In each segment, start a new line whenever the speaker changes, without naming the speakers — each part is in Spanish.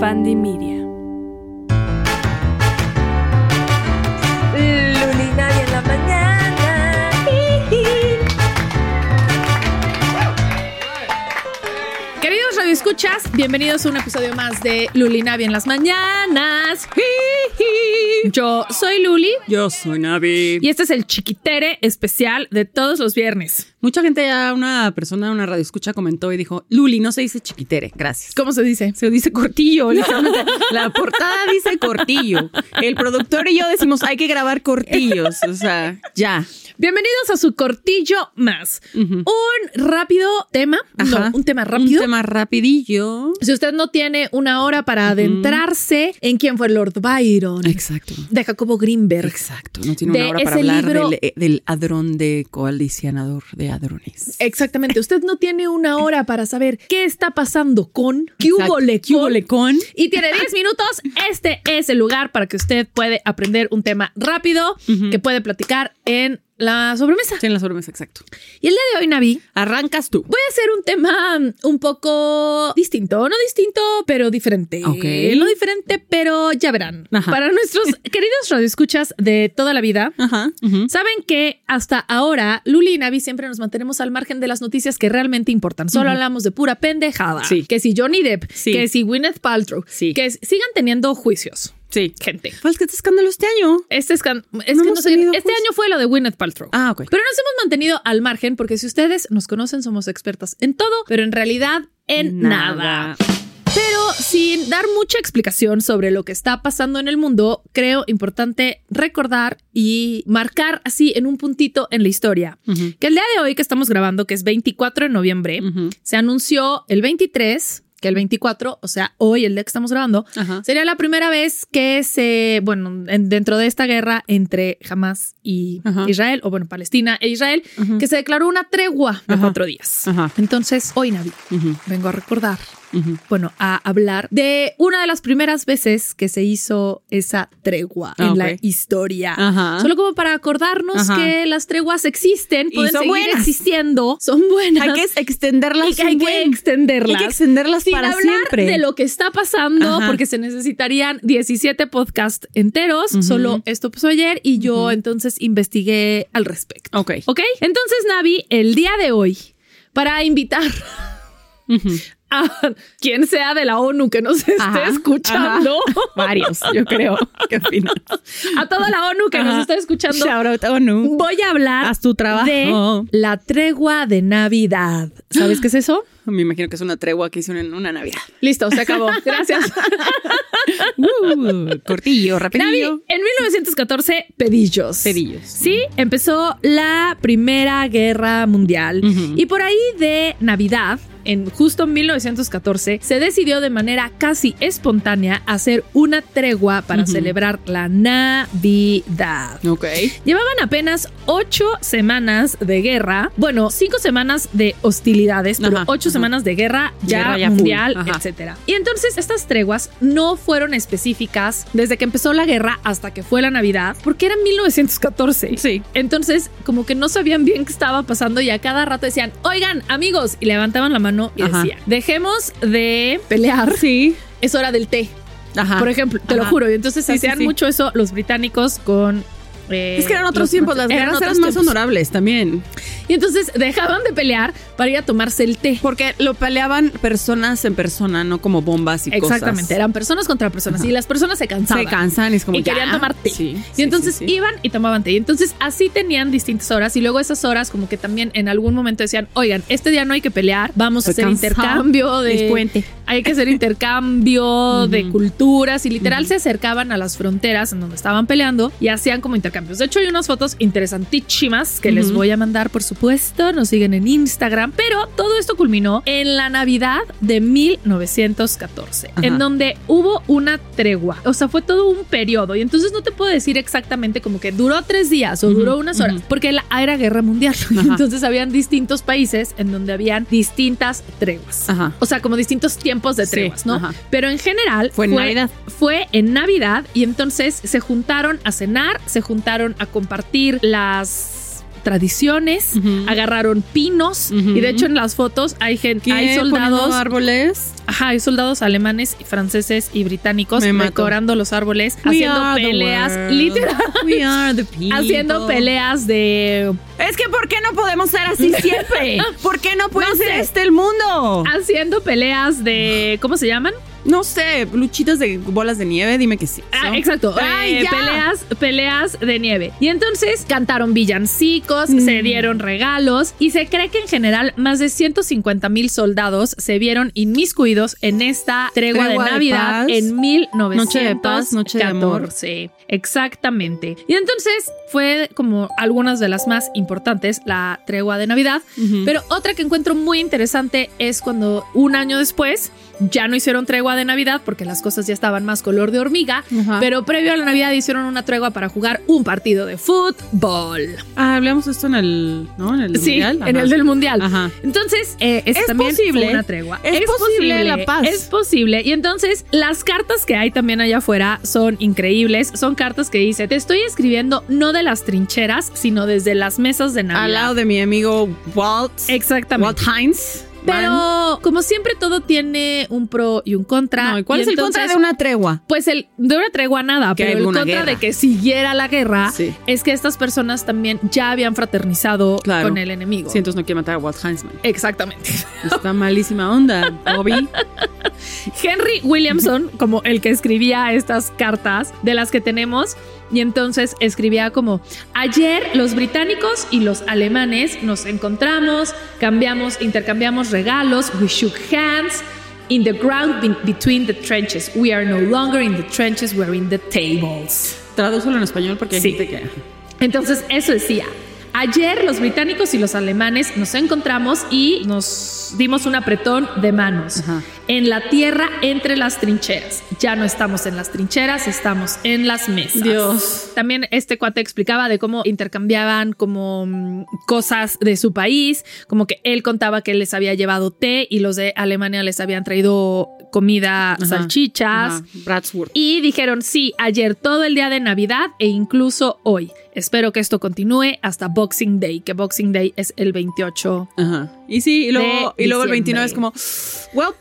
Fandimiria.
Lulinaria en la mañana.
Queridos radioescuchas, bienvenidos a un episodio más de Luli Navi en las mañanas. Yo soy Luli
Yo soy Navi.
y este es el chiquitere especial de todos los viernes.
Mucha gente, ya una persona, una radio escucha comentó y dijo, Luli, no se dice chiquitere, gracias.
¿Cómo se dice?
Se dice cortillo, literalmente. La portada dice cortillo. El productor y yo decimos, hay que grabar cortillos. O sea, ya.
Bienvenidos a su cortillo más. Un rápido tema.
Ajá.
No, un tema rápido.
Un tema rapidillo.
Si usted no tiene una hora para adentrarse en quién fue Lord Byron,
Exacto.
de Jacobo Greenberg,
Exacto. No tiene
De
una hora para
ese
hablar
libro-
del, eh, del hadrón de coalicionador de hadrones.
Exactamente. Usted no tiene una hora para saber qué está pasando con, qué hubo le
¿Qué hubo
con.
le con?
Y tiene 10 minutos. Este es el lugar para que usted puede aprender un tema rápido que puede platicar en la sobremesa.
Sí, en las hormigas, exacto.
Y el día de hoy, Navi,
Arrancas tú.
voy a hacer un tema mm, un poco distinto. No distinto, pero diferente.
Ok.
No diferente, pero ya verán.
Ajá.
Para nuestros queridos radioescuchas de toda la vida,
Ajá. ujú.
Saben que hasta ahora Luli y Navi siempre nos mantenemos al margen de las noticias que realmente importan. Solo hablamos de pura pendejada.
Sí.
Que si Johnny Depp,
Sí.
que si Gwyneth Paltrow,
Sí.
que s- sigan teniendo juicios,
Sí.
gente.
Pues que este escándalo este año.
Este, escan- es
No
que no
hemos
sé-
tenido
este
juicio.
año fue lo de Gwyneth Paltrow.
Ah, ok.
Pero nos hemos mantenido al margen porque si ustedes nos conocen somos expertas en todo, pero en realidad en nada. Pero sin dar mucha explicación sobre lo que está pasando en el mundo, creo importante recordar y marcar así en un puntito en la historia.
Ujú,
Que el día de hoy que estamos grabando, que es 24 de noviembre,
ujú.
se anunció el 23, que el 24, o sea, hoy el día que estamos grabando,
Ajá.
sería la primera vez que se, bueno, en- dentro de esta guerra entre Hamas y
Ajá.
Israel, o bueno, Palestina e Israel,
Ujú.
que se declaró una tregua de
Ajá.
cuatro días.
Ajá.
Entonces, hoy, Navi,
Ujú,
vengo a recordar
ujú.
bueno, a hablar de una de las primeras veces que se hizo esa tregua
Ah,
en
ok.
la historia.
Ajá.
Solo como para acordarnos
Ajá.
que las treguas existen,
Y
pueden
son
seguir
buenas.
existiendo, son buenas.
Hay que extenderlas.
y que hay
un
que
buen.
extenderlas.
Hay que extenderlas
Sin
para
hablar
siempre.
de lo que está pasando,
Ajá.
porque se necesitarían 17 podcasts enteros.
Ujú.
Solo esto pasó ayer y yo
Ujú.
entonces investigué al respecto.
Ok.
¿Ok? Entonces, Navi, el día de hoy, para invitar
Ujú.
a quien sea de la ONU que nos esté
Ajá,
escuchando,
Varios, yo creo. ¿Qué opinas?
a toda la ONU que nos
Ajá.
esté escuchando,
Shout out, ONU.
voy a hablar
Haz tu trabajo.
de la tregua de Navidad. ¿Sabes qué es eso?
Me imagino que es una tregua que hicieron en una Navidad.
Listo, se acabó. Gracias.
Uh, cortillo,
Navi,
rapidillo.
en 1914, pedillos.
Pedillos.
Sí, empezó la Primera Guerra Mundial.
Ujú.
Y por ahí de Navidad, en justo 1914, se decidió de manera casi espontánea hacer una tregua para
Ujú.
celebrar la Navidad.
Ok.
Llevaban apenas ocho semanas de guerra. Bueno, cinco semanas de hostilidades, pero
Ajá,
ocho
ajá.
semanas de guerra ya
Guerra ya
mundial,
full, ajá.
etcétera. Y entonces estas treguas no fueron específicas desde que empezó la guerra hasta que fue la Navidad, porque era 1914.
Sí.
Entonces, como que no sabían bien qué estaba pasando y a cada rato decían, oigan, amigos, y levantaban la mano y
Ajá.
decían, dejemos de pelear,
Sí.
es hora del té,
Ajá.
por ejemplo, te lo
Ajá.
juro. Y entonces
Sí, sí,
hacían
sí.
mucho eso los británicos con... eh,
es que eran otros
los-
tiempos, las guerras
otros
eran más
tiempos.
honorables también.
Y entonces dejaban de pelear para ir a tomarse el té.
Porque lo peleaban personas en persona, no como bombas y cosas.
Exactamente, eran personas contra personas
Ajá.
y las personas se cansaban.
Se cansan y es como
Y
ya.
querían tomar té.
Sí,
y
sí,
entonces
sí, sí.
iban y tomaban té. Y entonces así tenían distintas horas. Y luego esas horas, como que también en algún momento decían: Oigan, este día no hay que pelear, vamos a
Estoy
hacer
cansado.
intercambio de.
Es puente.
Hay que hacer intercambio de
Ujú.
culturas. Y literal
Ujú.
se acercaban a las fronteras en donde estaban peleando y hacían como intercambios. De hecho, hay unas fotos interesantísimas que les
Ujú.
voy a mandar, por supuesto. Nos siguen en Instagram. Pero todo esto culminó en la Navidad de 1914,
Ajá.
en donde hubo una tregua. O sea, fue todo un periodo. Y entonces no te puedo decir exactamente como que duró tres días o
Ujú,
duró unas horas,
ujú.
porque la era guerra mundial.
Ajá.
Entonces habían distintos países en donde habían distintas treguas.
Ajá.
O sea, como distintos tiempos de
Sí,
treguas, ¿no?
ajá.
Pero en general
Fue en Navidad.
fue en Navidad y entonces se juntaron a cenar, se juntaron a compartir las tradiciones,
Ujú.
agarraron pinos
Ujú.
y de hecho en las fotos hay gente,
¿Qué?
hay
¿Poniendo
soldados,
árboles.
ajá, hay soldados alemanes, y franceses y británicos
Me mato.
decorando los árboles,
We
haciendo
are the
peleas,
world.
literal,
We are the people.
haciendo peleas de
Es que ¿por qué no podemos ser así siempre? ¿Por qué no puede
No
ser
sé. Ah.
este el mundo?
haciendo peleas de ¿cómo se llaman?
No sé, luchitas de bolas de nieve, dime que sí.
Ah,
¿no?
exacto.
Ay,
Eh,
ya.
peleas, peleas de nieve. Y entonces cantaron villancicos,
Mm.
se dieron regalos y se cree que en general más de 150 mil soldados se vieron inmiscuidos en esta tregua,
Tregua
de
de
Navidad
paz.
en
Noche de paz, noche de amor.
1914. Exactamente. Y entonces fue como algunas de las más importantes la tregua de Navidad.
Ujú.
Pero otra que encuentro muy interesante es cuando un año después ya no hicieron tregua de Navidad porque las cosas ya estaban más color de hormiga.
Ajá.
Pero previo a la Navidad hicieron una tregua para jugar un partido de fútbol.
Ah, hablamos de esto en el, ¿no? En el
Sí,
mundial.
en
Ajá.
el del mundial.
Ajá.
Entonces, eh, es
Es
también
posible.
fue una tregua.
Es posible la paz.
Es posible. Y entonces, las cartas que hay también allá afuera son increíbles. Son cartas que dice, te estoy escribiendo no de las trincheras, sino desde las mesas de Navidad.
Al lado de mi amigo Walt.
Exactamente.
Walt Hines.
Pero como siempre todo tiene un pro y un contra.
No, ¿y ¿cuál
Y
es el contra
entonces,
de una tregua?
Pues el de una tregua nada,
Que
pero el
hubo una
contra
guerra.
de que siguiera la guerra
Sí.
es que estas personas también ya habían fraternizado
Claro.
con el enemigo.
Sí, entonces no quiere matar a Walt Hines, man.
Exactamente.
Está malísima onda, Bobby.
Henry Williamson, como el que escribía estas cartas de las que tenemos, y entonces escribía como, ayer los británicos y los alemanes nos encontramos, cambiamos, intercambiamos regalos, we shook hands. In the ground be- between the trenches. We are no longer in the trenches, we're in the tables.
Tradúcelo en español porque hay
Sí.
gente que.
Entonces, eso decía. Ayer los británicos y los alemanes nos encontramos y nos dimos un apretón de manos.
Ajá.
En la tierra, entre las trincheras. Ya no estamos en las trincheras, estamos en las mesas.
Dios.
También este cuate explicaba de cómo intercambiaban como mm, cosas de su país, como que él contaba que él les había llevado té y los de Alemania les habían traído comida,
Ajá,
salchichas.
Ajá, Bradsworth.
Y dijeron sí ayer todo el día de Navidad e incluso hoy. Espero que esto continúe hasta Boxing Day, que Boxing Day es el 28.
Ajá. Y sí, y luego,
De
y luego
diciembre.
el 29 es como. Well,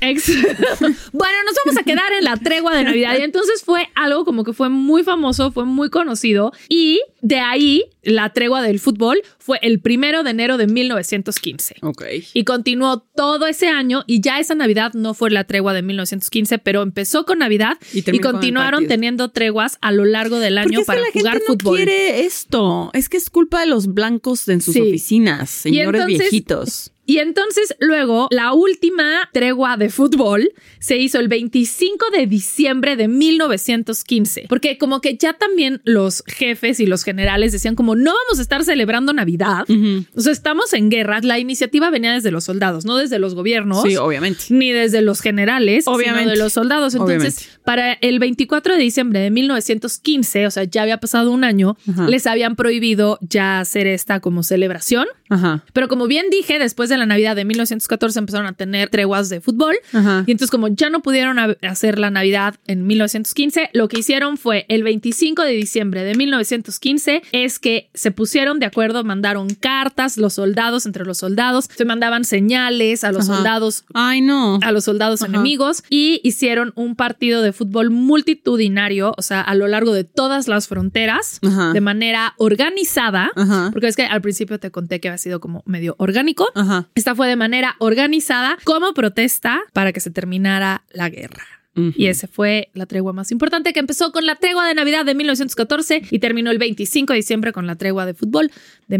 Ex- bueno, nos vamos a quedar en la tregua de Navidad. Y entonces fue algo como que fue muy famoso, fue muy conocido. Y de ahí la tregua del fútbol fue el primero de enero de 1915.
ok.
Y continuó todo ese año y ya esa Navidad no fue la tregua de 1915, pero empezó con Navidad
Y
y,
terminó con el
continuaron
partido.
teniendo treguas a lo largo del
Porque
año
es que
para
la
jugar
gente
fútbol.
no quiere esto. Es que es culpa de los blancos en sus
Sí.
oficinas, señores
entonces-
viejitos.
Y entonces luego la última tregua de fútbol se hizo el 25 de diciembre de 1915, porque como que ya también los jefes y los generales decían como no vamos a estar celebrando Navidad,
Ujú.
o sea, estamos en guerra, la iniciativa venía desde los soldados, no desde los gobiernos.
Sí, obviamente.
ni desde los generales,
Obviamente.
sino de los soldados. Entonces,
Obviamente.
para el 24 de diciembre de 1915, o sea, ya había pasado un año,
Ajá.
les habían prohibido ya hacer esta como celebración.
Ajá.
Pero como bien dije, después de la Navidad de 1914 empezaron a tener treguas de fútbol.
Ajá.
Y entonces como ya no pudieron ha- hacer la Navidad en 1915, lo que hicieron fue el 25 de diciembre de 1915 es que se pusieron de acuerdo, mandaron cartas los soldados entre los soldados, se mandaban señales a los
Ajá.
soldados
Ay, no.
a los soldados
Ajá.
enemigos y hicieron un partido de fútbol multitudinario, o sea, a lo largo de todas las fronteras,
Ajá.
de manera organizada,
Ajá.
porque es que al principio te conté que había sido como medio orgánico.
Ajá.
Esta fue de manera organizada como protesta para que se terminara la guerra. Y
Ujú.
esa fue la tregua más importante que empezó con la tregua de Navidad de 1914 y terminó el 25 de diciembre con la tregua de fútbol de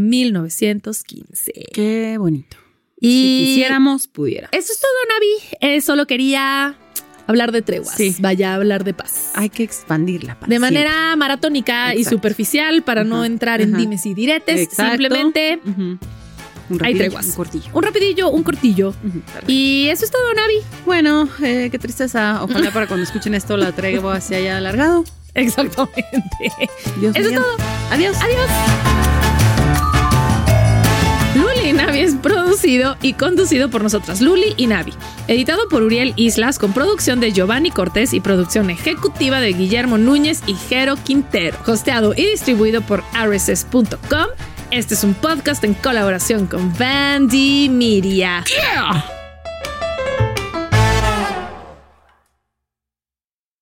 1915.
Qué bonito.
Y
Si quisiéramos, pudiera.
eso es todo, Navi. Eh, solo quería hablar de treguas.
Sí.
Vaya a hablar de paz.
Hay que expandirla. para
de
siempre.
manera maratónica y
Exacto.
superficial para no
Ajá,
entrar en
ajá.
dimes y diretes.
Exacto.
Simplemente
Ujú. Un
Hay
rapidillo,
treguas.
Un cortillo.
un rapidillo, un cortillo.
Ujú.
Y eso es todo, Navi.
Bueno, eh, qué tristeza. Ojalá para cuando escuchen esto la tregua se haya alargado.
Exactamente.
Dios
Eso es
mediante.
todo.
Adiós.
Adiós. Luli y Navi es producido y conducido por nosotras, Luli y Navi. Editado por Uriel Islas con producción de Giovanni Cortés y producción ejecutiva de Guillermo Núñez y Jero Quintero. Hosteado y distribuido por RSS.com. Este es un podcast en colaboración con Bandy Media.